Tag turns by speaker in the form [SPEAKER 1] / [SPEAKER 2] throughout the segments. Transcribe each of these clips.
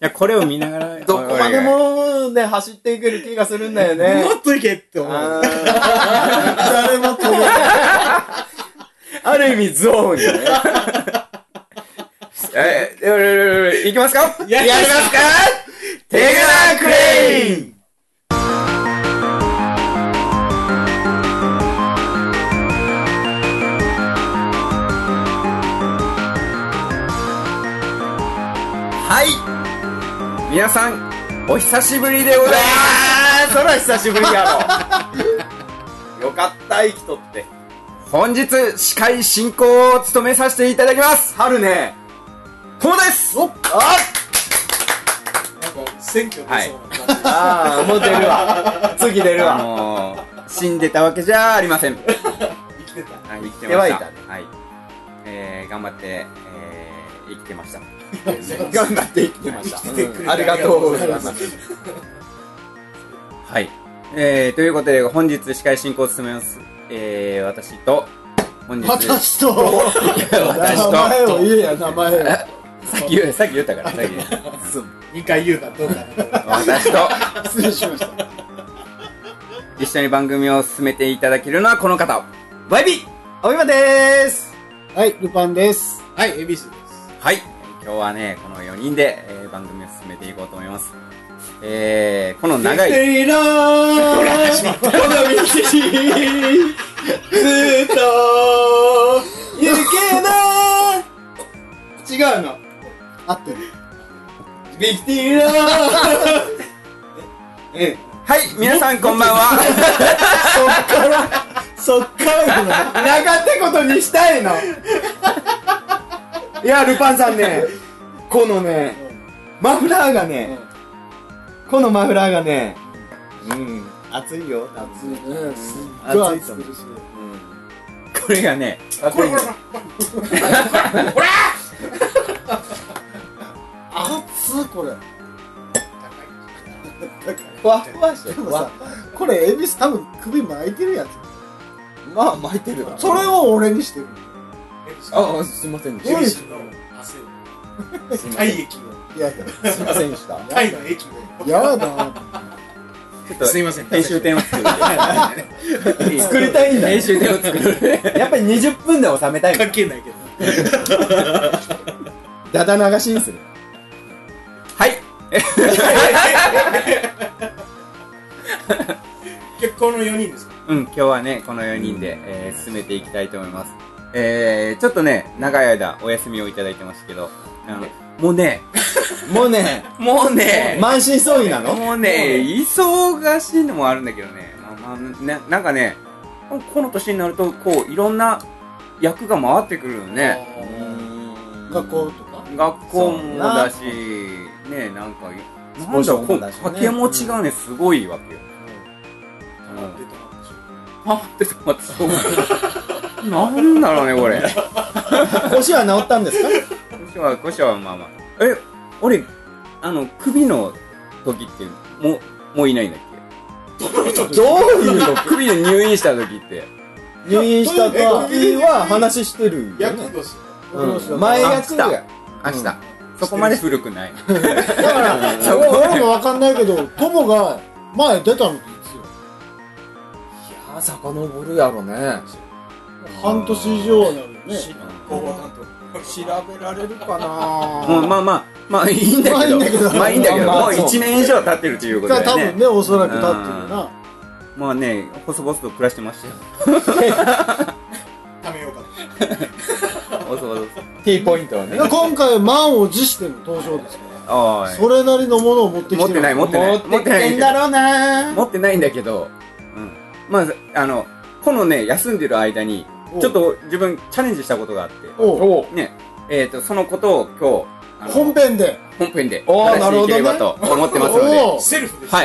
[SPEAKER 1] や、これを見ながら、
[SPEAKER 2] どこまでもね、走っていける気がするんだよね。
[SPEAKER 3] もっといけって思う。誰も止め
[SPEAKER 2] ある意味ゾーンにね。
[SPEAKER 1] え、えええいきますか
[SPEAKER 3] やります
[SPEAKER 1] かテガラクレイン
[SPEAKER 3] ン
[SPEAKER 1] はい皆さん、お久しぶりでござい
[SPEAKER 2] あー、そら久しぶりやろ。よかった、生きとって。
[SPEAKER 1] ます本日、司会進行を務めさせていただきます
[SPEAKER 2] 春ね。
[SPEAKER 1] このです
[SPEAKER 3] おっ
[SPEAKER 2] あ
[SPEAKER 3] なんか、選挙出そうな感じ。
[SPEAKER 2] あー、もう出るわ。 次出る
[SPEAKER 1] あ
[SPEAKER 2] わ。
[SPEAKER 1] のー、死んでたわけじゃありませ ん。
[SPEAKER 3] 生きてた。
[SPEAKER 1] はい、生きて
[SPEAKER 2] で
[SPEAKER 1] ま
[SPEAKER 2] は
[SPEAKER 1] し
[SPEAKER 2] い
[SPEAKER 1] た。
[SPEAKER 2] たね
[SPEAKER 1] はい。えー、頑張って、えー、生きてました。
[SPEAKER 2] 頑張って生きてました。
[SPEAKER 3] 生きてくれ
[SPEAKER 2] ありがとうございます。
[SPEAKER 1] はい。えー、ということで、本日司会進行を務めます、えー、私と、本日、
[SPEAKER 4] 私と、
[SPEAKER 1] 私
[SPEAKER 4] 名前を
[SPEAKER 1] と、
[SPEAKER 4] 言えや、名前を。
[SPEAKER 1] さっき言う、さっき言ったから、さっき言った。
[SPEAKER 3] 2回言うな、どうかな。
[SPEAKER 1] 私と、
[SPEAKER 4] 失礼しました。
[SPEAKER 1] 一緒に番組を進めていただけるのはこの方、バイビー
[SPEAKER 2] おみまでーす。
[SPEAKER 4] はい、ルパンです。
[SPEAKER 3] はい、エビスで
[SPEAKER 1] はい。今日はね、この4人で、えー、番組を進めていこうと思います。えー、この
[SPEAKER 3] す。
[SPEAKER 1] 長い、
[SPEAKER 3] いなほら、始まった。この道、ずっと、行けな違うの。
[SPEAKER 4] 合ってる。
[SPEAKER 3] ビクティーなえ、
[SPEAKER 1] はい、皆さんこんばんは。
[SPEAKER 4] そっから
[SPEAKER 3] え、長ってことにしたいの。いや、ルパンさんね、
[SPEAKER 2] このね、マフラーがね、このマフラーがね、うん、熱いよ。
[SPEAKER 4] 熱いね。すっごい熱くるし。
[SPEAKER 1] これがね、
[SPEAKER 2] 熱いよ。
[SPEAKER 4] 熱っこれ。
[SPEAKER 2] ふわふわして
[SPEAKER 4] で
[SPEAKER 2] る
[SPEAKER 4] も
[SPEAKER 2] わ
[SPEAKER 4] さ。、これ、エビス多分首巻いてるや
[SPEAKER 2] まあ、巻いてるわ
[SPEAKER 4] つ。それを俺にしてる。
[SPEAKER 2] あ、あすいませんで
[SPEAKER 3] エビ
[SPEAKER 2] し
[SPEAKER 3] スの 汗を、
[SPEAKER 2] た。すいません
[SPEAKER 3] 体液を、
[SPEAKER 4] いやいや、
[SPEAKER 2] すいませんでした。
[SPEAKER 3] 体の液
[SPEAKER 4] やだ。
[SPEAKER 1] ちょっ
[SPEAKER 3] を。
[SPEAKER 1] と、
[SPEAKER 3] いません
[SPEAKER 1] 編集点を作る。
[SPEAKER 2] 作りたいんだね
[SPEAKER 1] 編集点を作る。
[SPEAKER 2] やっぱり20分で収めたい。
[SPEAKER 3] 関係ないけど。
[SPEAKER 2] ダダ流しにする。
[SPEAKER 1] はい。
[SPEAKER 3] 結構の4人ですか
[SPEAKER 1] うん、今日はね、この4人で、えー進めていきたいと思います。えー、ちょっとね、長い間お休みをいただいてますけど、あの、もうね、
[SPEAKER 2] もうね、
[SPEAKER 1] もうね、
[SPEAKER 2] 満身創痍なの
[SPEAKER 1] もうね、忙しいのもあるんだけどね、まあまあ、ななんかね、この年になると、こう、いろんな役が回ってくるよね。
[SPEAKER 4] 学校とか。
[SPEAKER 1] 学校もだし
[SPEAKER 2] そ、
[SPEAKER 1] ね、なんか、
[SPEAKER 2] ス
[SPEAKER 1] な
[SPEAKER 2] ポ
[SPEAKER 1] ん
[SPEAKER 2] ーツ
[SPEAKER 1] だ、
[SPEAKER 2] も
[SPEAKER 1] こう、
[SPEAKER 2] だしね
[SPEAKER 1] 掛け持ちがね、すごいわけよ。うん
[SPEAKER 3] 出たなでしょ
[SPEAKER 1] あ って止まってしょうがない。なんだろうね、これ。
[SPEAKER 2] 腰は治ったんですか
[SPEAKER 1] こしは、こしはまあまあ。え、俺、あの、首の時って、もう、もういないんだっ
[SPEAKER 2] どういうの
[SPEAKER 1] け 首で入院した時って。
[SPEAKER 2] 入院した時は話してるよ
[SPEAKER 3] ヤク
[SPEAKER 2] ね。
[SPEAKER 3] ト氏
[SPEAKER 2] うん、前が来るや
[SPEAKER 1] 明日。そこまで古くない。
[SPEAKER 4] だから、俺俺もわかんないけど、友が前出たのっていつよ。
[SPEAKER 2] ん。さかのぼるやろね。
[SPEAKER 4] 半年以上はなるよね。
[SPEAKER 3] 工房担
[SPEAKER 2] 調べられるかな
[SPEAKER 1] もうまあまあ、まあいいんだけど、ま
[SPEAKER 4] ま
[SPEAKER 1] あ
[SPEAKER 4] あ
[SPEAKER 1] い
[SPEAKER 4] い
[SPEAKER 1] い
[SPEAKER 4] い
[SPEAKER 1] ん
[SPEAKER 4] ん
[SPEAKER 1] だ
[SPEAKER 4] だ
[SPEAKER 1] け
[SPEAKER 2] け
[SPEAKER 1] ど、
[SPEAKER 2] ど
[SPEAKER 1] もう1年以上経ってるということ
[SPEAKER 4] が
[SPEAKER 1] だ
[SPEAKER 4] 多
[SPEAKER 1] よ
[SPEAKER 4] 分
[SPEAKER 1] ね。
[SPEAKER 4] ね、おそらく立ってるな。
[SPEAKER 1] まあね、細々と暮らしてましたよ。
[SPEAKER 3] 当ためようかと
[SPEAKER 1] 細々と。
[SPEAKER 2] ?T ポイントはね
[SPEAKER 4] で今回、満を持しての登場ですから。
[SPEAKER 1] おい。
[SPEAKER 4] それなりのものを持ってきて
[SPEAKER 1] 持ってない、持ってない。持ってないんだ
[SPEAKER 2] ろうな
[SPEAKER 1] 持ってないんだけど、うん。まず、あの、このね、休んでる間に、ちょっと自分チャレンジしたことがあって、
[SPEAKER 4] おう
[SPEAKER 2] お
[SPEAKER 1] ね、えっ、と、そのことを今日、あの
[SPEAKER 4] 本編で
[SPEAKER 1] 本編で
[SPEAKER 2] お
[SPEAKER 1] 話
[SPEAKER 2] ー
[SPEAKER 1] していければ
[SPEAKER 2] なる
[SPEAKER 1] と
[SPEAKER 2] ほ
[SPEAKER 1] 思ってますので、
[SPEAKER 4] おう
[SPEAKER 3] セルフです
[SPEAKER 1] は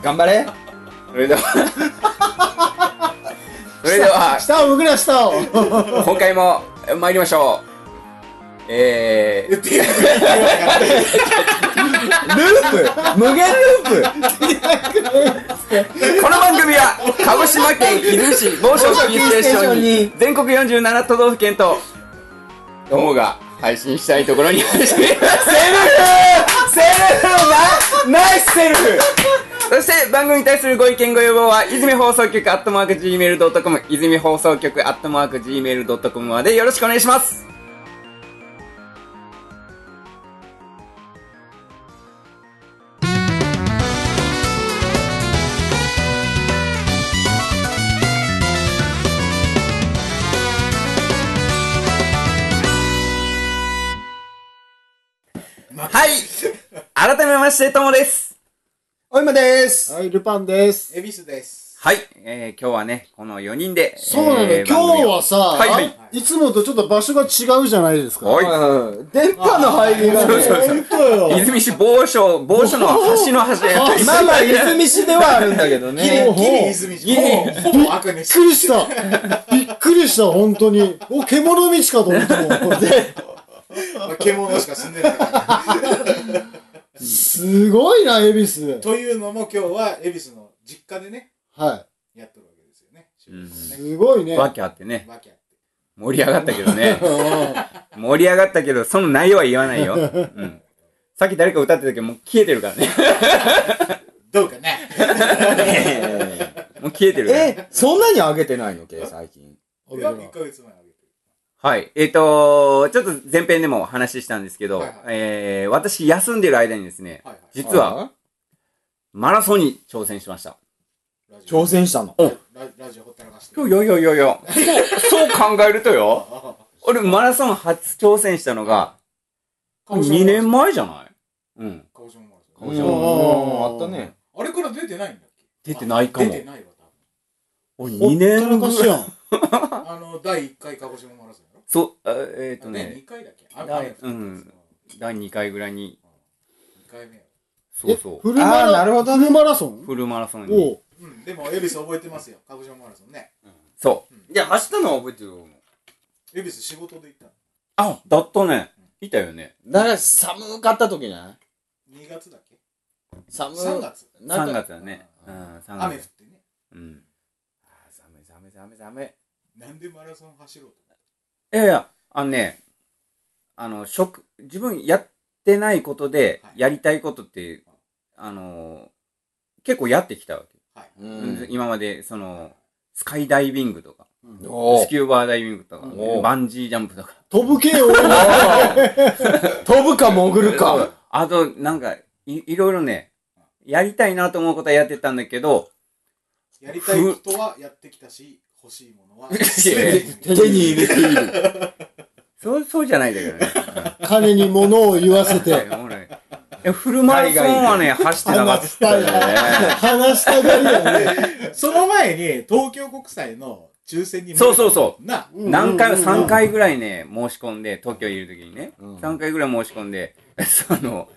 [SPEAKER 1] い。
[SPEAKER 2] 頑張れ
[SPEAKER 1] それでは、それでは、
[SPEAKER 4] 下を向くな下を
[SPEAKER 1] 今回も参りましょう。え
[SPEAKER 3] 言ってやる
[SPEAKER 2] ループ無限ループ
[SPEAKER 1] ー、この番組は、鹿児島県伊豆市某所属ステーションに、全国47都道府県と、友が
[SPEAKER 2] 配信したいところに配信
[SPEAKER 1] セルフな、ナイスセルフそして番組に対するご意見ご要望は、泉放送局アットマーク Gmail.com、泉放送局アットマーク Gmail.com までよろしくお願いしますはい改めまして、ともです
[SPEAKER 2] おいまです
[SPEAKER 4] はい、ルパンです。
[SPEAKER 3] 恵比寿です。
[SPEAKER 1] はい、えー、今日はね、この4人で、
[SPEAKER 4] そうなの
[SPEAKER 1] え
[SPEAKER 4] よ、
[SPEAKER 1] ー
[SPEAKER 4] 今日はさ、
[SPEAKER 1] はいはい
[SPEAKER 4] あいつもとちょっと場所が違うじゃないですか。
[SPEAKER 1] 番組をおい
[SPEAKER 2] うん電波の入りが
[SPEAKER 1] そうそう
[SPEAKER 2] ね
[SPEAKER 1] そう
[SPEAKER 4] 本当 よ。
[SPEAKER 1] 泉市某所、某所の橋の端で。
[SPEAKER 2] まあまあ泉市ではあるんだ けど
[SPEAKER 3] ギリ、
[SPEAKER 2] ね
[SPEAKER 4] ほう
[SPEAKER 3] ギリ泉市。ほぼ、ほぼ悪に
[SPEAKER 4] びっくりした。びっくりした、本当に。お、獣道かと思ったもん。
[SPEAKER 3] 獣しか死んでない から。
[SPEAKER 4] すごいな、恵比寿。
[SPEAKER 3] というのも今日は恵比寿の実家でね、
[SPEAKER 4] は
[SPEAKER 3] やってるわけですよね。
[SPEAKER 1] うん
[SPEAKER 4] い。
[SPEAKER 3] ね
[SPEAKER 4] すごいね。
[SPEAKER 1] わけあってね、
[SPEAKER 3] わけあって。
[SPEAKER 1] 盛り上がったけどね。
[SPEAKER 4] うん
[SPEAKER 1] 盛り上がったけど、その内容は言わないよ。うん。さっき誰か歌ってたけど、もう消えてるからね。
[SPEAKER 3] どうかな。
[SPEAKER 1] もう消えてるから。
[SPEAKER 2] えそんなに上げてない のけ最近
[SPEAKER 3] いや1ヶ月前あげてる。
[SPEAKER 1] はい。えっ、とちょっと前編でもお話ししたんですけど、
[SPEAKER 3] はいはい
[SPEAKER 1] えー、私休んでる間にですね、
[SPEAKER 3] はいはい。
[SPEAKER 1] 実はマラソンに挑戦しました。
[SPEAKER 3] ラジオ
[SPEAKER 2] 挑戦したの
[SPEAKER 3] ララジオほったらかして。
[SPEAKER 1] いやいやいやいや、そう、そう考えるとよ、
[SPEAKER 3] ああ
[SPEAKER 1] 俺マラソン初挑戦したのが、2年前じゃないうん。
[SPEAKER 3] 鹿児島マラソ
[SPEAKER 1] 鹿
[SPEAKER 3] ン
[SPEAKER 1] 児
[SPEAKER 2] う
[SPEAKER 1] 島
[SPEAKER 2] ん
[SPEAKER 1] マラソン
[SPEAKER 2] あったね
[SPEAKER 3] あれから出てないんだっけ
[SPEAKER 1] 出てないかも
[SPEAKER 3] あ出てないわ、
[SPEAKER 1] 俺2年
[SPEAKER 4] ほったらか
[SPEAKER 1] ぐ
[SPEAKER 4] し
[SPEAKER 1] らい。
[SPEAKER 4] やん。
[SPEAKER 3] 多分。あの、第1回鹿児島マラソンやろ
[SPEAKER 1] そう、あえっ、と
[SPEAKER 3] あ第
[SPEAKER 1] ね、
[SPEAKER 3] 2回だっけあ
[SPEAKER 1] 第
[SPEAKER 3] あ
[SPEAKER 1] うん第2回ぐらいに、
[SPEAKER 3] 2回目や
[SPEAKER 1] そうそう。
[SPEAKER 4] フルマ
[SPEAKER 2] あーなる
[SPEAKER 4] ラ
[SPEAKER 2] ほ
[SPEAKER 4] フルマラソン
[SPEAKER 1] フルマラソンに。
[SPEAKER 4] お
[SPEAKER 3] うん、でも、恵比寿覚えてますよ。鹿児島マラソンね。
[SPEAKER 1] そうう。いや、走ったのは覚えてるよ。
[SPEAKER 3] 恵比寿仕事で行ったの。
[SPEAKER 1] あ、だったね。いたよね。
[SPEAKER 2] だから寒かった時じゃない
[SPEAKER 3] 2月だっけ
[SPEAKER 2] 寒
[SPEAKER 3] ?3 月。
[SPEAKER 2] なん
[SPEAKER 1] 3
[SPEAKER 2] か
[SPEAKER 1] 月だね。うん、3
[SPEAKER 3] 雨降っ
[SPEAKER 1] 月。
[SPEAKER 3] てね。
[SPEAKER 1] うん。
[SPEAKER 2] あー寒い寒い寒い寒い
[SPEAKER 3] なんでマラソン走ろうと
[SPEAKER 1] いやいや、あのね、あの、職、自分やってないことで
[SPEAKER 3] は、い
[SPEAKER 1] やりたいことって、あのー、結構やってきたわけ。う
[SPEAKER 2] う
[SPEAKER 1] ん今まで、その、スカイダイビングとか、
[SPEAKER 2] お
[SPEAKER 1] スキューバーダイビングとか
[SPEAKER 2] お、
[SPEAKER 1] バンジージャンプとか、
[SPEAKER 4] 飛ぶ系を。
[SPEAKER 2] 飛ぶか潜るか。
[SPEAKER 1] あと、なんか、い、いろいろね、やりたいなと思うことはやってたんだけど、
[SPEAKER 3] やりたいことはやってきたし、欲しいも のは。
[SPEAKER 2] 手に入れている。
[SPEAKER 1] そう、そうじゃないんだけどね。
[SPEAKER 4] 金に物を言わ せて。
[SPEAKER 1] うん俺いやフルマラソンはね、走ってなか
[SPEAKER 4] 話
[SPEAKER 1] っ
[SPEAKER 4] したた
[SPEAKER 1] よ
[SPEAKER 4] い
[SPEAKER 1] ね。
[SPEAKER 4] 話したがりやね。
[SPEAKER 3] その前に、東京国際の抽選に。
[SPEAKER 1] そうそうそう
[SPEAKER 3] な、
[SPEAKER 1] 何回も、3
[SPEAKER 4] 回
[SPEAKER 1] 回ぐらいね、申し込んで、東京いる時にね、
[SPEAKER 2] うん
[SPEAKER 1] 3回ぐらい申し込んで、 その、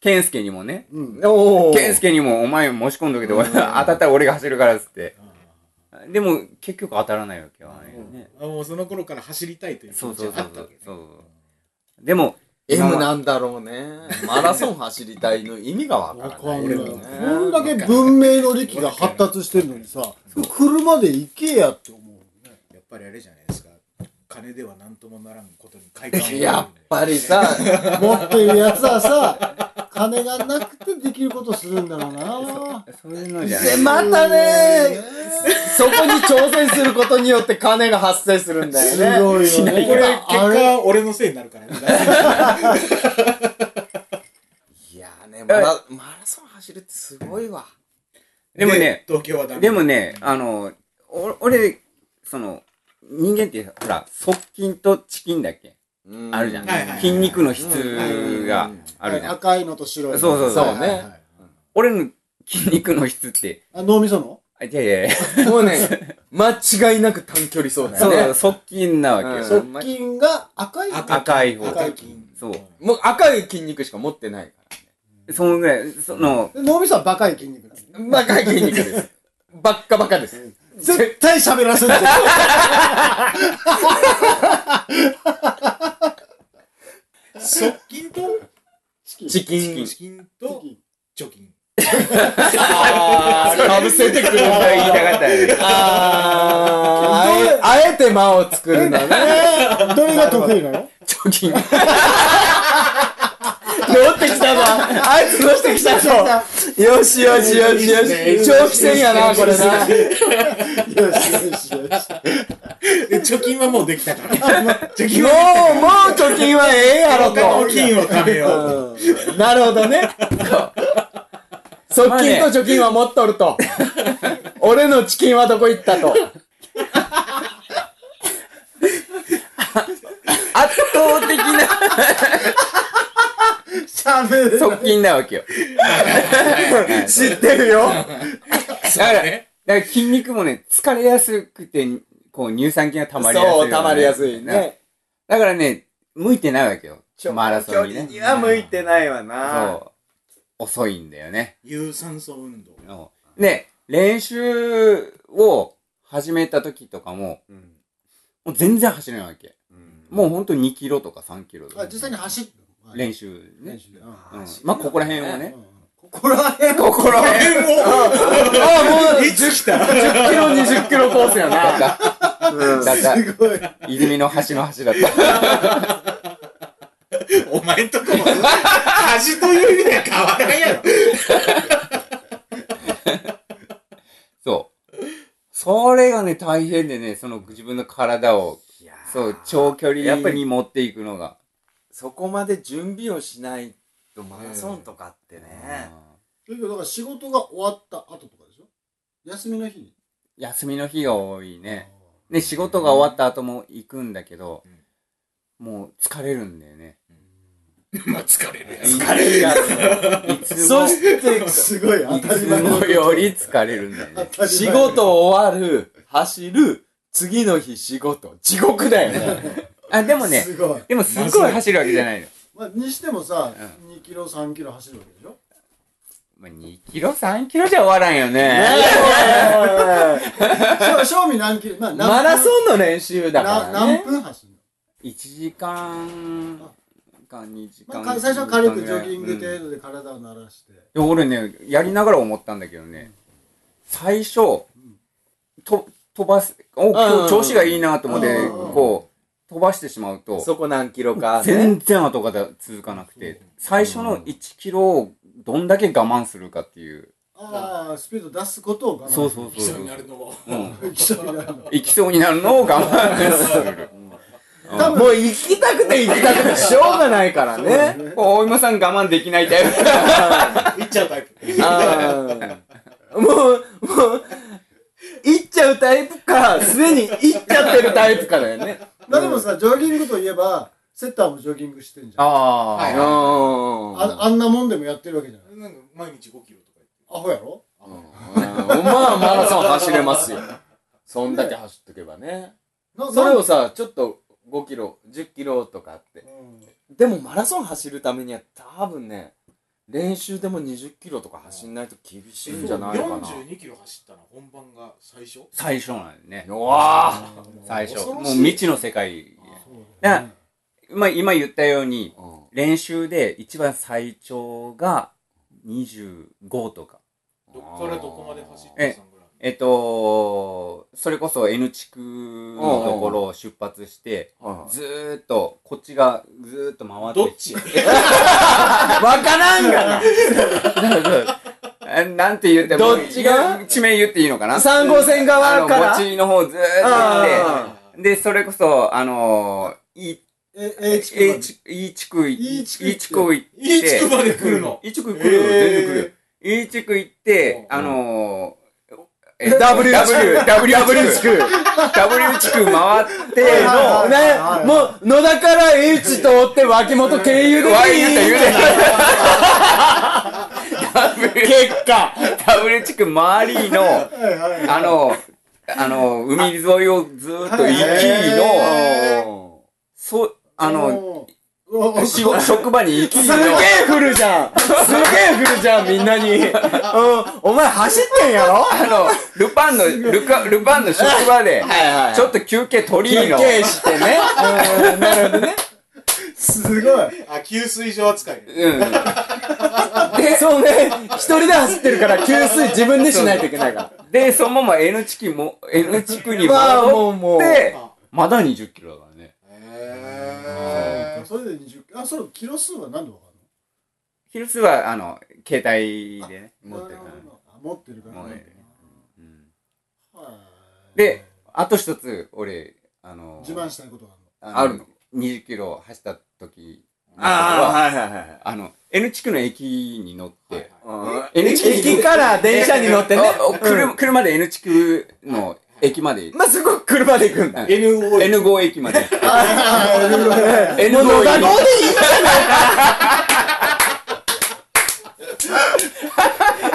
[SPEAKER 1] ケンスケにもね、
[SPEAKER 4] うん。
[SPEAKER 2] お
[SPEAKER 1] ケンスケにもお前申し込んどけて、
[SPEAKER 2] うん
[SPEAKER 1] 俺 当たったら俺が走るからっつって。でも、結局当たらないわけよ。ね
[SPEAKER 3] あもうその頃から走りたいという気
[SPEAKER 1] そ
[SPEAKER 3] 持
[SPEAKER 1] う
[SPEAKER 3] ち
[SPEAKER 1] そう
[SPEAKER 3] が
[SPEAKER 1] そ
[SPEAKER 3] あ
[SPEAKER 1] う
[SPEAKER 3] った
[SPEAKER 1] そ
[SPEAKER 3] わ
[SPEAKER 1] う
[SPEAKER 3] けね。
[SPEAKER 1] そう。でも、
[SPEAKER 2] M なんだろうね。マラソン走りたいの意味がわから
[SPEAKER 4] わ
[SPEAKER 2] な
[SPEAKER 4] かん
[SPEAKER 2] い。
[SPEAKER 4] ない。
[SPEAKER 3] 俺
[SPEAKER 4] こ
[SPEAKER 3] も
[SPEAKER 4] んだけ文明の力が発達してるのにさ、車で行けやって思う。
[SPEAKER 3] やっぱりあれじゃないですか。金では何ともならんことに快感を覚える。
[SPEAKER 2] やっぱりさ、
[SPEAKER 4] 持ってるやつはさ、金がなくてできることするんだろうな。
[SPEAKER 1] そういうのじゃない
[SPEAKER 2] で。またね、そこに挑戦することによって金が発生するんだ
[SPEAKER 4] す
[SPEAKER 2] よね。
[SPEAKER 4] ごいよね。
[SPEAKER 3] これ、結
[SPEAKER 4] あれ
[SPEAKER 3] 果、俺のせいになるからね。
[SPEAKER 2] いやーね、マラマラソン走るってすごいわ。
[SPEAKER 1] でもね、、
[SPEAKER 3] 東京はダメ。
[SPEAKER 1] でもね、あの、お俺、その、人間って、ほら、側筋とチキンだっけあるじゃん
[SPEAKER 3] はいはいは。い
[SPEAKER 1] 筋肉の質
[SPEAKER 2] う
[SPEAKER 1] が
[SPEAKER 2] ん
[SPEAKER 1] あるじゃん。
[SPEAKER 4] 赤いのと白いの。
[SPEAKER 1] そうそうそう
[SPEAKER 2] そうね
[SPEAKER 4] はいはいはい
[SPEAKER 1] 俺の筋肉の質って、
[SPEAKER 4] あ脳みその
[SPEAKER 1] あいやいやいや
[SPEAKER 2] もうね、間違いなく短距離走だ
[SPEAKER 1] そう、
[SPEAKER 2] よね。
[SPEAKER 1] 側筋なわけ
[SPEAKER 2] う
[SPEAKER 1] よ。
[SPEAKER 2] ん
[SPEAKER 4] 側筋が赤いの
[SPEAKER 1] 赤い方。
[SPEAKER 4] 赤い
[SPEAKER 1] そう
[SPEAKER 2] もう赤い筋肉しか持ってないか
[SPEAKER 1] そのぐらい、その、
[SPEAKER 4] で脳みそはバカい筋肉なんだよ
[SPEAKER 2] ら、ね。バカ筋肉です。バッカバカです。
[SPEAKER 4] 絶対喋らせない。
[SPEAKER 3] 側近と、
[SPEAKER 4] チキン
[SPEAKER 2] チキン。
[SPEAKER 3] チキンと、貯金。
[SPEAKER 2] あー、かぶせてくるんだ
[SPEAKER 1] 言いたかったよね。
[SPEAKER 2] あーあえ、あえて間を作るんだね。
[SPEAKER 4] どれが得意なの
[SPEAKER 1] ジョギング。
[SPEAKER 2] 乗ってきたぞあいつ乗ってきたぞよしよしよしよし長期戦やなこれな
[SPEAKER 4] よしよしよし。
[SPEAKER 3] で貯金はもうできたから。貯金
[SPEAKER 2] も
[SPEAKER 3] は、
[SPEAKER 2] うもう貯金はええやろ
[SPEAKER 3] 他の
[SPEAKER 2] と
[SPEAKER 3] 金を貯めよう。
[SPEAKER 2] うんなるほどね側近と貯金は持っとる と俺のチキンはどこ行ったと
[SPEAKER 1] 圧倒的な
[SPEAKER 4] しゃべる。
[SPEAKER 1] 側近なわけよ。
[SPEAKER 2] 知ってるよ
[SPEAKER 1] だから、だから筋肉もね、疲れやすくて、こう乳酸菌が溜まりやすいよ
[SPEAKER 2] そ
[SPEAKER 1] ね、
[SPEAKER 2] うたまりやすいね
[SPEAKER 1] だからね、向いてないわけよ。マラソンにね。
[SPEAKER 2] 距離は向いてないわな
[SPEAKER 1] そう。遅いんだよね。
[SPEAKER 3] 有酸素運動。
[SPEAKER 1] うんで、練習を始めた時とかも、
[SPEAKER 2] うん
[SPEAKER 1] もう全然走れないわけ。
[SPEAKER 2] うん
[SPEAKER 1] もうほんと2キロとか3キロとか
[SPEAKER 4] あ、実際に走って
[SPEAKER 1] 練習ね。
[SPEAKER 4] 習で。
[SPEAKER 1] う
[SPEAKER 4] うんん。
[SPEAKER 1] まあ、ここら辺をね。
[SPEAKER 2] ここら辺
[SPEAKER 1] ここら辺
[SPEAKER 3] え、も
[SPEAKER 2] あもう
[SPEAKER 3] う、いつ来た
[SPEAKER 2] 10キロ20キロコースやな
[SPEAKER 1] だか
[SPEAKER 2] うん
[SPEAKER 1] だか
[SPEAKER 4] すごい。
[SPEAKER 1] 泉の橋の橋だった。
[SPEAKER 3] お前んとこも、恥という意味では変わらんやろ。
[SPEAKER 1] そう。それがね、大変でね、その自分の体を、そう、長距離
[SPEAKER 2] やっぱ
[SPEAKER 1] に
[SPEAKER 2] り
[SPEAKER 1] 持っていくのが。
[SPEAKER 2] そこまで準備をしないとマラソンとかってね、
[SPEAKER 4] だけどだから仕事が終わった後とかでしょ休みの日に。
[SPEAKER 1] 休みの日が多いね。ね、仕事が終わった後も行くんだけど、もう疲れるんだよね。
[SPEAKER 3] まあ、疲れるやつ。
[SPEAKER 1] 疲れるやつ。いつも、
[SPEAKER 2] そして
[SPEAKER 4] すごい
[SPEAKER 2] 当
[SPEAKER 4] 当
[SPEAKER 2] た
[SPEAKER 4] た
[SPEAKER 2] り
[SPEAKER 4] り
[SPEAKER 2] 前
[SPEAKER 4] 前
[SPEAKER 2] の
[SPEAKER 1] もうより疲れるんだよね。
[SPEAKER 2] 仕事終わる走る次の日仕事地獄だよ ね
[SPEAKER 1] あ、でもね、
[SPEAKER 4] すごい。
[SPEAKER 1] でもすっごい走るわけじゃないの。
[SPEAKER 4] まあ、にしてもさ、2キロ、3キロ走るわけでしょ
[SPEAKER 1] まあ、2キロ、3キロじゃ終わらんよね。
[SPEAKER 4] そう賞味何キロ、まあ、何分
[SPEAKER 2] マラソンの練習だか
[SPEAKER 4] な
[SPEAKER 2] らね
[SPEAKER 4] 何分走るの、
[SPEAKER 1] 1時間か2時
[SPEAKER 4] ま
[SPEAKER 1] 間
[SPEAKER 4] あ、か最初は軽くジョギング
[SPEAKER 1] うん
[SPEAKER 4] 程度で体を慣らして。
[SPEAKER 1] で俺ね、やりながら思ったんだけどね、最初、と飛ばす、お、今日調子がいいなと思って、
[SPEAKER 4] うん
[SPEAKER 1] こう、飛ばしてしまうと、
[SPEAKER 2] そこ何キロか、ね、
[SPEAKER 1] 全然後が続かなくて、最初の1キロをどんだけ我慢するかっていう。
[SPEAKER 4] ああ、スピード出すことを我慢
[SPEAKER 1] そうそう
[SPEAKER 3] 一
[SPEAKER 1] そ
[SPEAKER 3] 緒にな
[SPEAKER 1] う。
[SPEAKER 3] るのも。
[SPEAKER 1] うん。
[SPEAKER 4] う。 一緒になるの。
[SPEAKER 1] 行きそうになるのを我慢する。
[SPEAKER 4] 多分
[SPEAKER 2] もう行きたくて行きたくてしょうがないからね
[SPEAKER 1] お、 大今さん我慢できないタイプ。
[SPEAKER 3] いっちゃうタイプ。
[SPEAKER 2] あーもうもう行っちゃうタイプかすでに行っちゃってるタイプかだよね
[SPEAKER 4] まあでもさ、ジョギングといえば、セッターもジョギングしてんじゃん。あ
[SPEAKER 1] あ
[SPEAKER 2] う
[SPEAKER 1] あ。
[SPEAKER 2] ん
[SPEAKER 4] あんなもんでもやってるわけじゃない。
[SPEAKER 3] なんか、毎日5キロとか。
[SPEAKER 4] アホやろ
[SPEAKER 2] うんまあマラソン走れますよ。そんだけ走っとけばね。
[SPEAKER 4] な
[SPEAKER 2] それ
[SPEAKER 4] なん
[SPEAKER 2] をさ、ちょっと5キロ、10キロとかあって。
[SPEAKER 4] うん
[SPEAKER 2] でもマラソン走るためには多分ね、練習でも20キロとか走んないと厳しいんじゃないかな。
[SPEAKER 3] 42キロ走ったら本番が最初
[SPEAKER 1] 最初なんよね。
[SPEAKER 2] うわ
[SPEAKER 1] 最初。
[SPEAKER 3] 恐
[SPEAKER 1] もう
[SPEAKER 3] ろしい
[SPEAKER 1] 未知の世界。だからまあ今言ったように、
[SPEAKER 2] ぁ。
[SPEAKER 1] 練習で一番最長が25とか。
[SPEAKER 3] どっからどこまで走っ
[SPEAKER 1] え
[SPEAKER 3] てたんぐらい
[SPEAKER 1] えっと、それこそ N 地区のところを出発して、
[SPEAKER 2] わ
[SPEAKER 1] ずーっと、こっちがずーっと回って。
[SPEAKER 3] どっち
[SPEAKER 2] からんが
[SPEAKER 1] あ なんて言っても、
[SPEAKER 2] どっちが
[SPEAKER 1] 地名言っていいのかな
[SPEAKER 2] な !3 号線
[SPEAKER 1] あ
[SPEAKER 2] 側
[SPEAKER 1] の、
[SPEAKER 2] から
[SPEAKER 1] こっちの方ずーっと行
[SPEAKER 2] あ
[SPEAKER 1] って、で、それこそ、あのー、い、
[SPEAKER 4] え、え、ち
[SPEAKER 1] A 地区、E 地区、
[SPEAKER 4] E 地区行って
[SPEAKER 1] E 地区行って、
[SPEAKER 3] いい地区まで来るの
[SPEAKER 1] E 地区来るよ、
[SPEAKER 3] えー
[SPEAKER 1] 全然来るよ。E 地区行って、
[SPEAKER 3] うん
[SPEAKER 1] あのー、
[SPEAKER 2] W 地
[SPEAKER 1] W
[SPEAKER 2] 区
[SPEAKER 1] W 地区
[SPEAKER 2] 区
[SPEAKER 1] W 地区回って
[SPEAKER 4] はいはいはい
[SPEAKER 1] の、
[SPEAKER 2] ね、もう野田から H 通って脇本経由で
[SPEAKER 1] わい言うた言う
[SPEAKER 2] 結果
[SPEAKER 1] た W 地区回りの、
[SPEAKER 4] はいはいはい。
[SPEAKER 1] あの、あの、海沿いをずーっと行
[SPEAKER 4] へ
[SPEAKER 1] きの、そう、あの、
[SPEAKER 4] うん、おお
[SPEAKER 1] 仕事、職場に行き
[SPEAKER 2] す
[SPEAKER 1] の
[SPEAKER 2] げ、え降るじゃんすげえ降るじゃんみんなに、うん、お前走ってんやろは
[SPEAKER 1] あの、ルパンの、ルカ、ルパンの職場で、
[SPEAKER 2] いは
[SPEAKER 1] ち
[SPEAKER 2] ち
[SPEAKER 1] ょ
[SPEAKER 2] ょっ
[SPEAKER 1] っと休憩取り
[SPEAKER 2] と
[SPEAKER 1] ーの。
[SPEAKER 2] 憩してねうんなるほどね
[SPEAKER 4] すごい。
[SPEAKER 3] あ、給水所扱いね
[SPEAKER 1] うん。
[SPEAKER 2] そうね一人で走ってるから給水自分でしないといけないから
[SPEAKER 1] で、そのまま N 地区も、N 地区に
[SPEAKER 2] まあ
[SPEAKER 1] 戻
[SPEAKER 2] もうも
[SPEAKER 1] っ
[SPEAKER 2] う
[SPEAKER 1] て、
[SPEAKER 3] あ
[SPEAKER 1] まだ20キロだからね。
[SPEAKER 3] へ
[SPEAKER 1] ます。
[SPEAKER 4] それで20あそれキロ数は何でわかん
[SPEAKER 1] 昼数は、あの、携帯でね、持
[SPEAKER 4] の
[SPEAKER 1] ってるからね。
[SPEAKER 4] あ持ってるから
[SPEAKER 1] 持って
[SPEAKER 4] ね
[SPEAKER 1] るうん
[SPEAKER 4] はい
[SPEAKER 1] で、あと一つ、俺、あの、
[SPEAKER 4] 自慢したいことがあるの
[SPEAKER 1] あるの。20キロ走った時は、
[SPEAKER 2] ああ、はいはいはいはい。
[SPEAKER 1] あの、N 地区の駅に乗って、
[SPEAKER 2] N 駅から電車に乗ってね。
[SPEAKER 1] おお車車で N 地区の駅まで、
[SPEAKER 2] まあ、すごく車で行くんだ。
[SPEAKER 1] うん
[SPEAKER 3] N5
[SPEAKER 1] N5 駅まで。N5 駅。
[SPEAKER 2] もう野田号でいい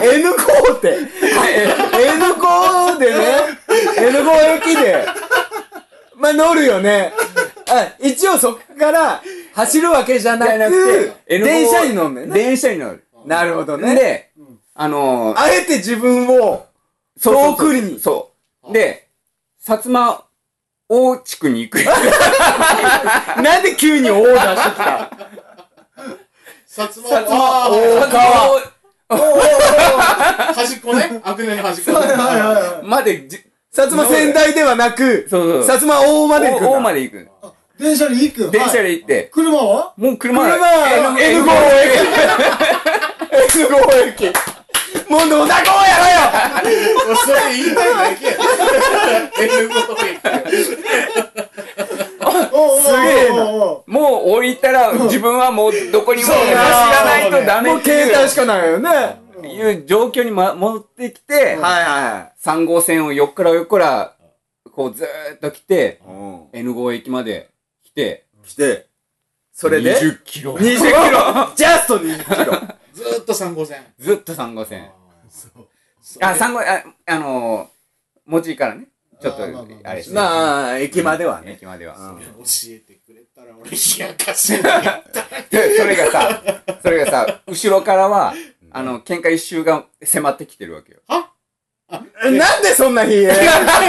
[SPEAKER 2] N 校って。N 校でね。N 校駅で。まあ、乗るよね。あ一応そこから走るわけじゃな
[SPEAKER 1] じゃな
[SPEAKER 2] く
[SPEAKER 1] く、て、
[SPEAKER 2] 電車に乗んねんな。
[SPEAKER 1] 電車に乗る。
[SPEAKER 2] なるほどね。
[SPEAKER 1] で
[SPEAKER 4] ん、
[SPEAKER 1] あのー、
[SPEAKER 2] あえて自分を、
[SPEAKER 1] そうそうそう
[SPEAKER 2] 遠くに
[SPEAKER 1] そう。で、薩摩大地区 に行く。
[SPEAKER 2] なんで急にオーダーしてきた
[SPEAKER 3] 薩摩
[SPEAKER 1] 薩摩
[SPEAKER 3] あ
[SPEAKER 1] 大川
[SPEAKER 3] ー端っこね悪年の端っこ
[SPEAKER 4] はいはいはい
[SPEAKER 1] までじ、
[SPEAKER 2] 薩摩仙台ではなく、
[SPEAKER 1] そう
[SPEAKER 2] 薩
[SPEAKER 1] そう。
[SPEAKER 2] 摩大まで行くんだ。
[SPEAKER 1] 大まで行く。
[SPEAKER 4] 電車に行く
[SPEAKER 1] 電車で行っ
[SPEAKER 4] はい
[SPEAKER 1] て、
[SPEAKER 4] 車 は
[SPEAKER 1] もう車
[SPEAKER 2] 車は N 号 駅 N 号駅もう野田号や
[SPEAKER 3] もうそれ言いたいだけや N5 駅
[SPEAKER 4] おうおう
[SPEAKER 2] すげえな
[SPEAKER 4] おうおう
[SPEAKER 1] もう降りたら、自分はもうどこにも走
[SPEAKER 2] そうだな
[SPEAKER 1] らないとダ
[SPEAKER 2] ろ
[SPEAKER 1] メ
[SPEAKER 2] よも
[SPEAKER 1] っ
[SPEAKER 2] う
[SPEAKER 1] てい
[SPEAKER 2] 携
[SPEAKER 1] う
[SPEAKER 2] 帯しかないよね。はい
[SPEAKER 1] いう状況にま、戻ってきて、
[SPEAKER 2] は
[SPEAKER 1] 3号線を横から横から、こうずーっと来て
[SPEAKER 2] い、は
[SPEAKER 1] N5 駅まで来て、
[SPEAKER 2] い。して、それで、
[SPEAKER 1] 20キロ。
[SPEAKER 2] 20キロ ジャスト20キロ。
[SPEAKER 3] ずーっと3号線
[SPEAKER 1] ずっと3号線。
[SPEAKER 3] そうそう
[SPEAKER 1] あ、三号、あ、あのー、文字からね、ちょっと
[SPEAKER 4] あーまあま、あ
[SPEAKER 1] あれして。
[SPEAKER 2] まあ、駅まではね。
[SPEAKER 1] 駅までは。
[SPEAKER 2] うん
[SPEAKER 3] 教えてくれたら俺冷やかしやった
[SPEAKER 1] で、それが さ、それがさ、後ろからは、あの、喧嘩一周が迫ってきてるわけよ。
[SPEAKER 2] えなんでそんな日選んだ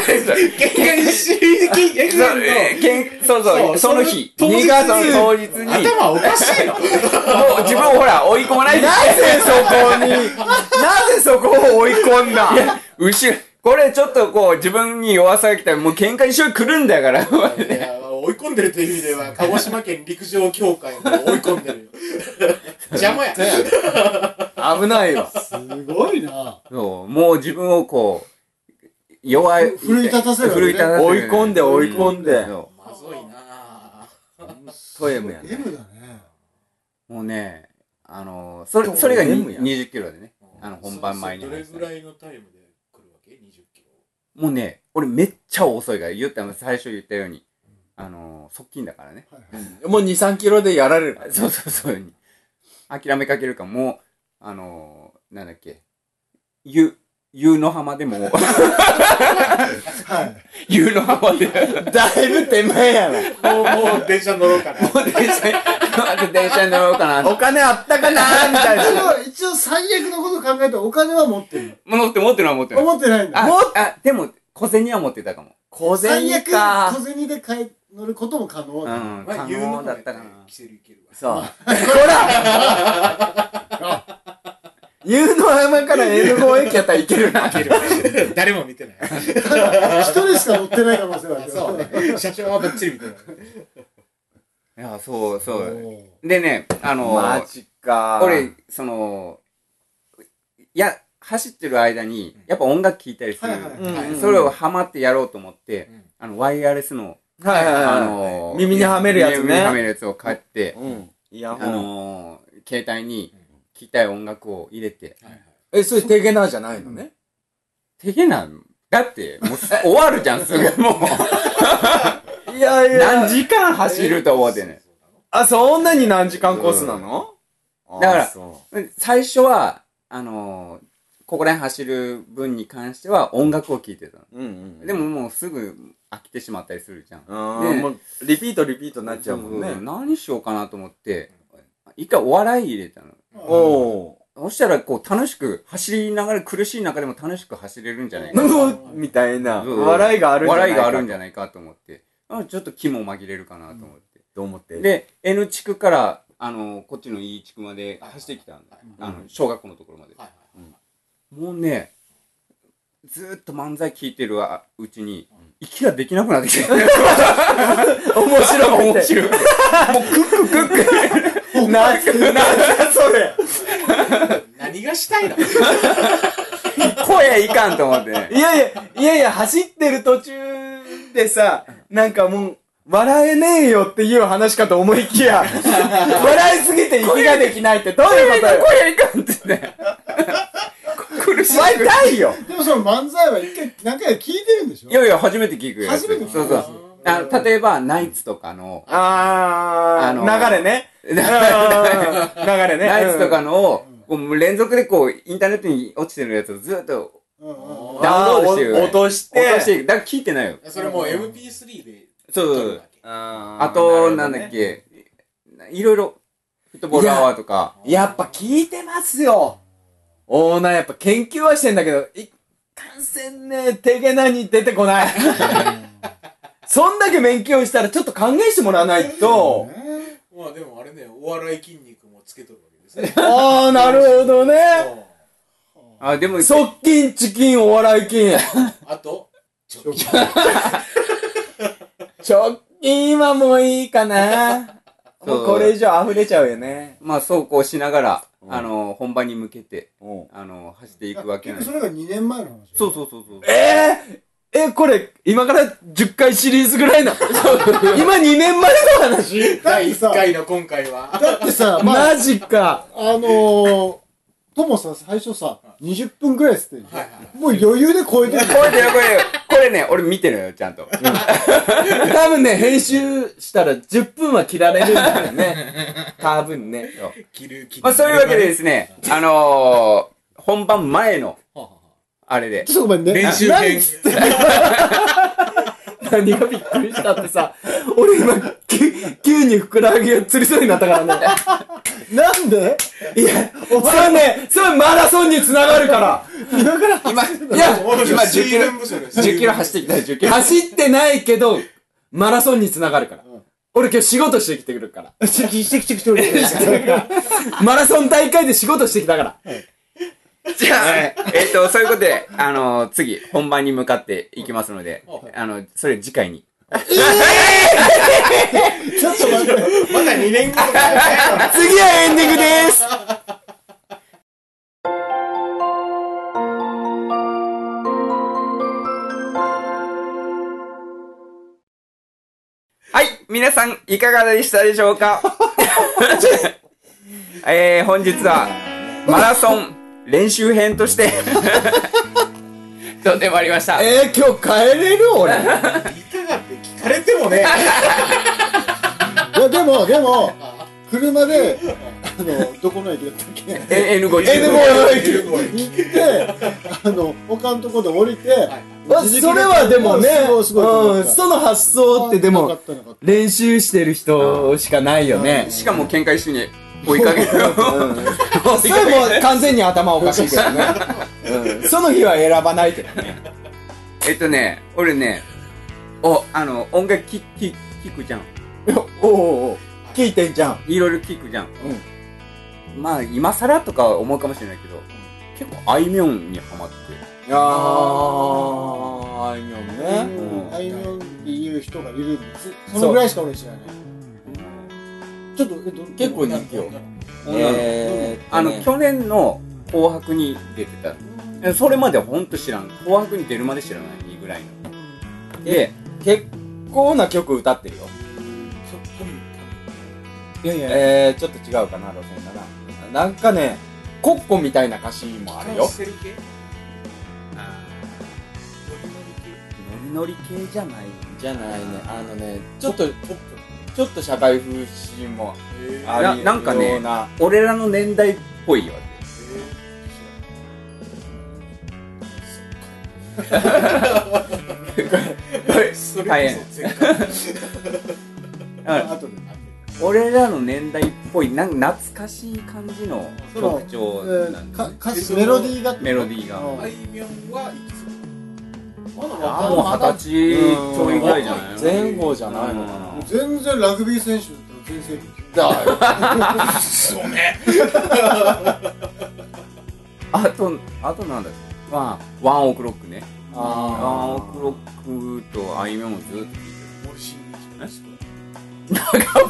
[SPEAKER 3] 喧嘩一周で喧嘩
[SPEAKER 1] そう
[SPEAKER 3] やる
[SPEAKER 1] 喧そう
[SPEAKER 3] そ
[SPEAKER 1] そうう、その日、
[SPEAKER 3] その
[SPEAKER 1] 2月の当日に、
[SPEAKER 3] の頭おかしいの
[SPEAKER 1] もう自分をほら、追い込まないで、
[SPEAKER 2] なぜそこに、 なぜそこを追い込んだ
[SPEAKER 1] 後ろ、これちょっとこう、自分に弱さが来たら、もう喧嘩一周来るんだから。
[SPEAKER 3] いや追い込んでるという意味では鹿児島県陸上協会も追い込んでるよ邪魔や
[SPEAKER 2] 危ないわ。
[SPEAKER 4] すごいな
[SPEAKER 1] そう、もう自分をこう、弱い。
[SPEAKER 4] 奮い立たせるわけね
[SPEAKER 1] 奮い立たせる
[SPEAKER 2] 追い込んで追い込んで
[SPEAKER 1] うそ
[SPEAKER 3] まずいな
[SPEAKER 2] ポエムやね
[SPEAKER 4] M だね
[SPEAKER 1] うもうね、あのー、そ
[SPEAKER 2] ど
[SPEAKER 1] れ、
[SPEAKER 2] う
[SPEAKER 1] それがに
[SPEAKER 2] でもや
[SPEAKER 1] 20キロでね。あの本番前に
[SPEAKER 3] どれぐらいのタイムで来るわけ ?20 キ
[SPEAKER 1] もうね、俺めっちゃ遅いから、言ったの、最初言ったように、あのー、側近だからね。
[SPEAKER 2] もう2、3キロでやられる。
[SPEAKER 1] そうそうそう。諦めかけるかも、あのー、なんだっけ、ゆ、ゆうの浜 でも、
[SPEAKER 4] はい
[SPEAKER 1] ゆうの浜で、
[SPEAKER 2] だいぶ手前やな。
[SPEAKER 3] ロもうもう電車乗ろう かな
[SPEAKER 1] 電車に、あと電車に乗ろうかな。
[SPEAKER 2] お金あったかなみたい
[SPEAKER 4] 一
[SPEAKER 2] な。
[SPEAKER 4] 応一応最悪のこと考えてお金は持ってる
[SPEAKER 1] 持って持ってるは持ってる。
[SPEAKER 4] 思ってないんだ
[SPEAKER 1] あ、あ、でも、小銭は持ってたかも。
[SPEAKER 2] 小
[SPEAKER 4] 最
[SPEAKER 2] 銭
[SPEAKER 4] 悪
[SPEAKER 2] か
[SPEAKER 4] 小。銭で買い乗ることも可能
[SPEAKER 1] う
[SPEAKER 4] だ、
[SPEAKER 1] ん、
[SPEAKER 3] ま
[SPEAKER 1] 可
[SPEAKER 3] あ言うの
[SPEAKER 1] 能
[SPEAKER 3] も
[SPEAKER 1] だ
[SPEAKER 3] だ
[SPEAKER 1] っ
[SPEAKER 3] ったた
[SPEAKER 1] か
[SPEAKER 3] ら
[SPEAKER 1] な。
[SPEAKER 3] キセルいけるわ
[SPEAKER 2] そう。ほら言うの合間から N5 駅やったらいけるな。
[SPEAKER 3] いけるわ誰も見てない
[SPEAKER 4] 一人しか乗ってない可能性 はある
[SPEAKER 3] そうね社長はばっちり見てない
[SPEAKER 1] いや、そう
[SPEAKER 4] お
[SPEAKER 1] そう。
[SPEAKER 4] ー
[SPEAKER 1] でね、あのー、
[SPEAKER 2] マジか。
[SPEAKER 1] 俺、その、いや、走ってる間に、やっぱ音楽聴いたりする。
[SPEAKER 4] はいはい
[SPEAKER 2] うんうんうん
[SPEAKER 1] それをハマってやろうと思って、
[SPEAKER 3] うん
[SPEAKER 1] あの、ワイヤレスの、
[SPEAKER 2] はいはいはい
[SPEAKER 1] あのー
[SPEAKER 2] 耳にはめるやつね
[SPEAKER 1] 耳にはめるやつを買って、
[SPEAKER 2] うん。いや、
[SPEAKER 1] あ
[SPEAKER 2] もう。
[SPEAKER 1] のー携帯に聴きたい音楽を入れて、
[SPEAKER 2] え、それテゲナーじゃないのね。
[SPEAKER 1] てげな、だって、もうす終わるじゃん、すぐ もう。
[SPEAKER 2] いやい
[SPEAKER 1] 何時間走ると思ってね。
[SPEAKER 2] あ、そんなに何時間コースなの
[SPEAKER 1] んだから
[SPEAKER 2] あそ
[SPEAKER 1] 最初は、あのーここら辺走る分に関しては音楽を聴いてたの。
[SPEAKER 2] ううんうん。
[SPEAKER 1] でも、もうすぐ飽きてしまったりするじゃん。
[SPEAKER 2] うん、
[SPEAKER 1] ね
[SPEAKER 2] もう、リピートリピートになっちゃうもん
[SPEAKER 1] そうそう
[SPEAKER 2] ね。
[SPEAKER 1] 何しようかなと思って、一回お笑い入れたの。
[SPEAKER 2] おー。
[SPEAKER 1] そしたら、こう、楽しく、走りながら、苦しい中でも楽しく走れるんじゃないか。
[SPEAKER 2] うんみたいな。
[SPEAKER 1] そうそう
[SPEAKER 2] 笑いがあるんじゃない
[SPEAKER 1] 笑いがあるんじゃ
[SPEAKER 2] ない
[SPEAKER 1] ないかと思って、あちょっと気も紛れるかなと思って。
[SPEAKER 2] と思って。
[SPEAKER 1] で、N 地区から、あの、こっちの E 地区まで走ってきたんだ。
[SPEAKER 3] はい
[SPEAKER 1] あの、小学校のところまで。
[SPEAKER 3] はい
[SPEAKER 1] もうね、ずーっと漫才聞いてるわうちに、息ができなくなってきて。面
[SPEAKER 2] 面白くて。
[SPEAKER 1] 白い。もうクッククック。
[SPEAKER 2] 懐かしい。それ。
[SPEAKER 3] 何がしたい の
[SPEAKER 1] 声いかんと思ってね。
[SPEAKER 2] いやいや、いやいや、走ってる途中でさ、なんかもう、笑えねえよっていう話かと思い きや、笑いすぎて息ができないってどういうことよ
[SPEAKER 1] 声いかんってね。苦しい。
[SPEAKER 2] 笑いたいよ
[SPEAKER 4] でもその漫才は一回何回か聞いてるんでしょ
[SPEAKER 1] いやいや、初めて聞くやつ。
[SPEAKER 4] 初めて聞く
[SPEAKER 1] そうそう。あの、例えば、ナイツとか の、
[SPEAKER 2] あー、
[SPEAKER 1] あのー
[SPEAKER 2] 流 れね。うん流れね。
[SPEAKER 1] ナイツとか
[SPEAKER 2] の
[SPEAKER 1] のを、こう連続でこう、インターネットに落ちてるやつをずっと
[SPEAKER 4] うんうんうん
[SPEAKER 1] ダウンロードしてるよね
[SPEAKER 2] 落として。
[SPEAKER 1] 落としていく。だから聞いてないよ。
[SPEAKER 3] それもう MP3 で
[SPEAKER 1] そうそう
[SPEAKER 3] 撮
[SPEAKER 1] そ
[SPEAKER 3] る
[SPEAKER 1] う
[SPEAKER 3] わ。け
[SPEAKER 2] あ
[SPEAKER 1] あと、なん
[SPEAKER 2] るほどね
[SPEAKER 1] だっけ、いろいろ、フットボールアワーとか、
[SPEAKER 2] やっぱ聞いてますよ。オーナーやっぱ研究はしてんだけど、いかんせんね、手げなに出てこない。そんだけ勉強したらちょっと歓迎してもらわないと。
[SPEAKER 3] まあでもあれねお笑い筋肉もつけとるわけですね
[SPEAKER 2] ああ、なるほどね。
[SPEAKER 3] そう
[SPEAKER 1] あ、でも、
[SPEAKER 2] 側近、チキン、お笑い金。
[SPEAKER 3] あと
[SPEAKER 2] 直近はもういいかな。
[SPEAKER 1] そう
[SPEAKER 2] もうこれ以上溢れちゃうよね。
[SPEAKER 1] まあ、そうこうしながら、あの、本番に向けて、あの、走っていくわけ
[SPEAKER 4] 結
[SPEAKER 1] なん
[SPEAKER 4] 局
[SPEAKER 1] です
[SPEAKER 4] そ。れが2年前の話
[SPEAKER 1] そうそうそうそう。
[SPEAKER 2] えー、え、これ、今から10回シリーズぐらいなの今2年前の話
[SPEAKER 4] だっ
[SPEAKER 3] 第
[SPEAKER 4] て
[SPEAKER 3] 1
[SPEAKER 4] さ
[SPEAKER 3] 回の今回は
[SPEAKER 4] だっ てさまあ
[SPEAKER 2] マジか。
[SPEAKER 4] あのー、ともさ、最初さ、20分くらいっつってんじゃん
[SPEAKER 3] はいはい
[SPEAKER 4] もう余裕で超 えてる。
[SPEAKER 1] これだよ、これだよ。これね、俺見てるよ、ちゃんと。
[SPEAKER 2] 多分ね、編集したら10分は切られるんだ よね。多分ね。
[SPEAKER 3] 切る切る
[SPEAKER 1] まあ、そういうわけでですね、あのー、本番前の、
[SPEAKER 3] ははは
[SPEAKER 1] あれで
[SPEAKER 4] ちょっ、とごめんね。
[SPEAKER 3] 練習
[SPEAKER 4] なん
[SPEAKER 3] 編
[SPEAKER 2] 何がびっくりしたってさ、俺今、き急にふくらはぎが釣りそうになったからね。
[SPEAKER 4] なんで
[SPEAKER 2] いや、お前ね、それマラソンにつながるから。
[SPEAKER 1] 今、いや、今
[SPEAKER 3] 今
[SPEAKER 1] 10キロ、10
[SPEAKER 3] 10
[SPEAKER 1] キロ走ってきたよ、10キロ。
[SPEAKER 2] 走ってないけど、マラソンにつながるから。俺今日仕事してきてくる から。
[SPEAKER 4] チキチキチキチキ。
[SPEAKER 2] マラソン大会で仕事してきたから。
[SPEAKER 1] じゃあ、えっと、そういうことで、あの、次、本番に向かっていきますので、あの、それ次回に。
[SPEAKER 4] ちょっと待って。
[SPEAKER 3] まだ2年後とか
[SPEAKER 2] 次はエンディングです
[SPEAKER 1] はい、皆さん、いかがでしたでしょうか えー、本日は、マラソン練習編として、とってまいりました。
[SPEAKER 2] えー、今日帰れる 俺。
[SPEAKER 3] いかがって聞かれて もね
[SPEAKER 4] いや、でも、でも、車で、あの、どこの駅だったっけ
[SPEAKER 1] N- N50。
[SPEAKER 3] 15の駅
[SPEAKER 4] 行って、あの、丘のとこで降りて、
[SPEAKER 2] あそれはでもね、
[SPEAKER 4] すごいすごいと思
[SPEAKER 2] う
[SPEAKER 4] っ
[SPEAKER 2] ん、
[SPEAKER 4] た。
[SPEAKER 2] その発想ってで
[SPEAKER 4] な
[SPEAKER 2] も
[SPEAKER 4] かっ、たなかった
[SPEAKER 2] 練習してる人しかないよね。
[SPEAKER 1] しかも、見解主に 追いかける。
[SPEAKER 2] それもう完全に頭おかしいけどね。うんその日は選ばないけどね。
[SPEAKER 1] えっとね、俺ね、お、あの、音楽き、き、聞くじゃん。
[SPEAKER 2] おうおう聞いてんじゃん。
[SPEAKER 1] いろいろ聞くじゃん。まあ、今更とか思うかもしれないけど、結構、あいみょんにハマって。
[SPEAKER 2] あー、あいみょんね。
[SPEAKER 4] うんあいみょんっていう人がいるんです。そのぐらいしか俺知らない。ちょっと、えど
[SPEAKER 2] 結構人気よ。えー、
[SPEAKER 1] あの、去年の紅白に出てた。えそれまでほんと知らん。紅白に出るまで知らないぐらいの。で、
[SPEAKER 2] 結構な曲歌ってるよ。
[SPEAKER 1] いやいや、
[SPEAKER 2] えー、ちょっと違うかな、路線かな。なんかね、コッコみたいな歌詞もあるよ。
[SPEAKER 3] セル系
[SPEAKER 1] ノリノリ系じゃない。
[SPEAKER 2] じゃないね、あのね、ちょっと、ちょっと社会風刺もあり
[SPEAKER 1] ななんかね
[SPEAKER 2] ような
[SPEAKER 1] 俺らの年代っぽいよ。大変だか
[SPEAKER 3] それこそ前回
[SPEAKER 1] ら
[SPEAKER 4] 後で。
[SPEAKER 1] 俺らの年代っぽい、なん懐かしい感じの
[SPEAKER 4] その
[SPEAKER 1] 特徴
[SPEAKER 4] え
[SPEAKER 1] なん
[SPEAKER 4] ー
[SPEAKER 1] で
[SPEAKER 4] か
[SPEAKER 1] すね。
[SPEAKER 4] 歌詞、メロディーがってこと。
[SPEAKER 1] メロディーが
[SPEAKER 4] うん
[SPEAKER 3] あいみょんはいくつ
[SPEAKER 4] まだ
[SPEAKER 1] あもう
[SPEAKER 4] わかんない
[SPEAKER 1] 二十歳ちょいぐらいじゃない
[SPEAKER 2] 前後じゃないのか
[SPEAKER 4] 全然ラグビー選手だったら全盛期
[SPEAKER 2] な。だか
[SPEAKER 3] そうね
[SPEAKER 1] あと、あとなんだっ
[SPEAKER 2] ま
[SPEAKER 1] ワンオクロックね。
[SPEAKER 2] あ、
[SPEAKER 1] ワンオ
[SPEAKER 2] あ
[SPEAKER 1] クロックとあいみょんもずっと聞いて
[SPEAKER 3] 俺死んできた
[SPEAKER 1] る。長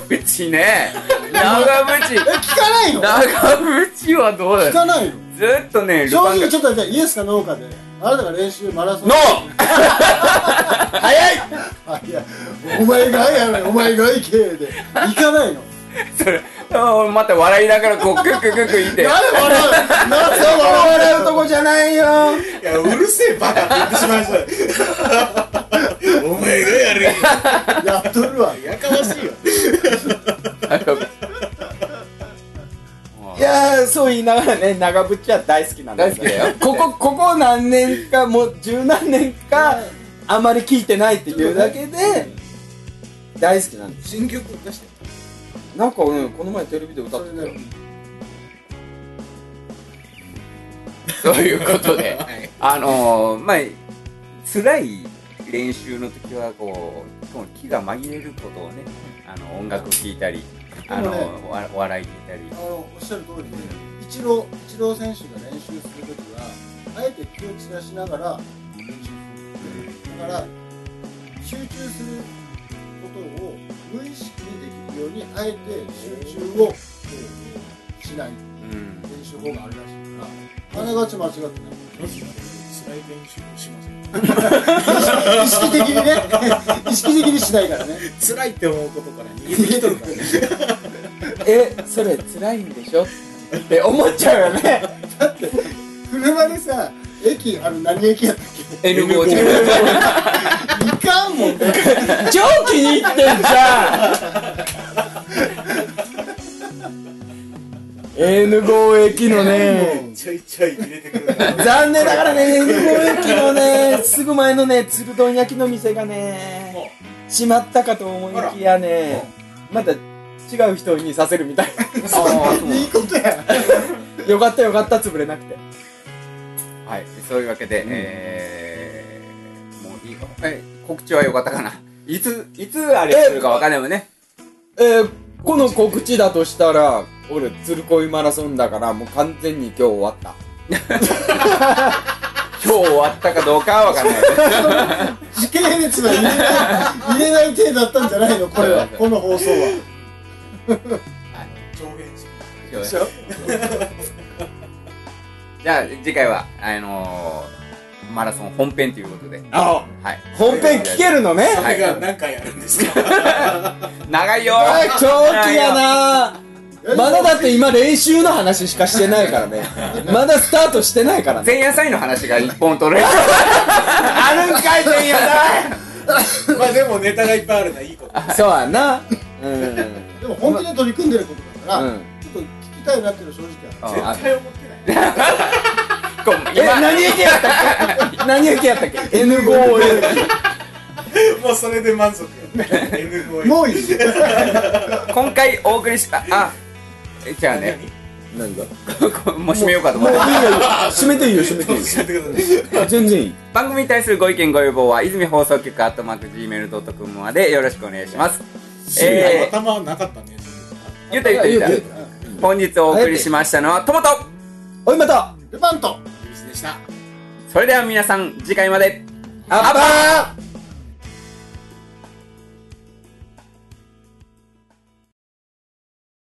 [SPEAKER 1] 渕ね。長渕。
[SPEAKER 4] え、聞かないの聞
[SPEAKER 1] 長渕はどうだよ
[SPEAKER 4] かないの
[SPEAKER 1] ずっとね、ル
[SPEAKER 4] 正
[SPEAKER 1] パン
[SPEAKER 4] 直
[SPEAKER 1] が
[SPEAKER 4] ちょっとじゃあイエスかノーかで、あなたが練習マラソン。
[SPEAKER 1] ノー早い
[SPEAKER 4] あいや、お前がやれ、お前が行けで、行かないの。
[SPEAKER 1] それ、あ俺また笑いながらこう、クックックック言って。
[SPEAKER 4] 誰笑うなんで笑
[SPEAKER 2] 笑うとこじゃないよ
[SPEAKER 3] いや、うるせえバカって言ってしまいました。お前がやれ。
[SPEAKER 4] うやっとるわ。
[SPEAKER 3] やかましいよ。
[SPEAKER 1] 長渕
[SPEAKER 2] いやーそう言いながらね長渕は大好きなんだ
[SPEAKER 1] 大好きだよ
[SPEAKER 2] こ こここ何年かもう十何年かあまり聞いてないっていうだけで大好きなんです
[SPEAKER 3] 新曲出して。
[SPEAKER 2] なんかねこの前テレビで歌ってたよ
[SPEAKER 1] そういう ことで、あのー、まあ、辛い練習の時は、こう、この気が紛れることをね、あの、音楽を聴いたり、あの、
[SPEAKER 4] でも
[SPEAKER 1] おわお笑い聴いたり
[SPEAKER 4] あ、の、おっしゃる通りで、イチロー、イチロー選手が練習するときは、あえて気を散らしながら練習する。だから、集中することを無意識にできるように、あえて集中をしない
[SPEAKER 1] うん。
[SPEAKER 4] 練習法があるらしいから、あながち間違ってない。
[SPEAKER 3] 辛い練習をしま
[SPEAKER 4] 意識的にね、意識的にしないからね。
[SPEAKER 3] す。辛いって思うことから逃げてきとる からね。
[SPEAKER 2] えそれ辛いんでしょって思っちゃうよね
[SPEAKER 4] 車でさ、駅、あの、何駅やったっ
[SPEAKER 1] N5
[SPEAKER 3] N5
[SPEAKER 4] けいかんもんね。
[SPEAKER 2] 超気に入ってんじゃん N5 駅のね
[SPEAKER 3] ちょいちょい入れ てくるから。
[SPEAKER 2] 残念ながらね N5 駅のねすぐ前のね鶴丼焼きの店がね閉まったかと思いきやねまた違う人にさせるみたい
[SPEAKER 1] あーそう
[SPEAKER 4] いいことや。
[SPEAKER 2] よかったよかった潰れなくて
[SPEAKER 1] はい、そういうわけで、えー、もういいかえ、告知は良かったか ないつ、いつあれするかわかんないもんね。
[SPEAKER 2] えーこの告知だとしたら俺鶴恋マラソンだからもう完全に今日終わった
[SPEAKER 1] 今日終わったかどうかはわかんない。
[SPEAKER 4] 時系列は入れない、入れない程度だったんじゃないのこれは、この放送は。
[SPEAKER 3] 上限しか
[SPEAKER 1] じゃあ、次回は、あのー、マラソン本編ということで。
[SPEAKER 2] あ
[SPEAKER 1] はい。
[SPEAKER 2] 本編聞けるのね
[SPEAKER 3] それが何回やるんですか。
[SPEAKER 1] 長いよ
[SPEAKER 2] あー長期やな
[SPEAKER 4] や
[SPEAKER 2] まだだって今練習の話しかしてないからねまだスタートしてないからね
[SPEAKER 1] 前夜祭の話が一本取れる。
[SPEAKER 2] あるんかい前夜祭
[SPEAKER 3] まあでもネタがいっぱいあるのはいいこと。
[SPEAKER 2] そうやなうん
[SPEAKER 4] でも本気で取り組んでることだから、
[SPEAKER 2] うん
[SPEAKER 4] ちょっと聞きたいなっていうのは正直あ
[SPEAKER 1] あ
[SPEAKER 3] 絶対思ってない。
[SPEAKER 1] こう
[SPEAKER 2] え、
[SPEAKER 1] 今、
[SPEAKER 2] 何駅やったっけ何駅やったっけ ?N5
[SPEAKER 3] もうそれで満足よ。N5
[SPEAKER 4] る。もういい。
[SPEAKER 1] 今回お送りし、あ、あ、えじゃあね、
[SPEAKER 2] 何がも
[SPEAKER 1] こうもう締めようかと思
[SPEAKER 2] う
[SPEAKER 1] っ
[SPEAKER 2] いい
[SPEAKER 1] て
[SPEAKER 2] よ。閉めていいよ、閉めていい
[SPEAKER 3] 教えてください。
[SPEAKER 2] よ。全然いい。
[SPEAKER 1] 番組に対するご意見ご要望は、泉放送局アットマーク Gmail.com までよろしくお願いします。えー、
[SPEAKER 3] 頭なかったね。
[SPEAKER 1] ゆうたゆうたゆうた
[SPEAKER 2] ゆうたゆう。
[SPEAKER 1] 本日お送りしましたのは、トマト
[SPEAKER 2] おい、また
[SPEAKER 4] ルパンと
[SPEAKER 3] ミスでした。
[SPEAKER 1] それでは皆さん、次回まで。
[SPEAKER 2] アッパー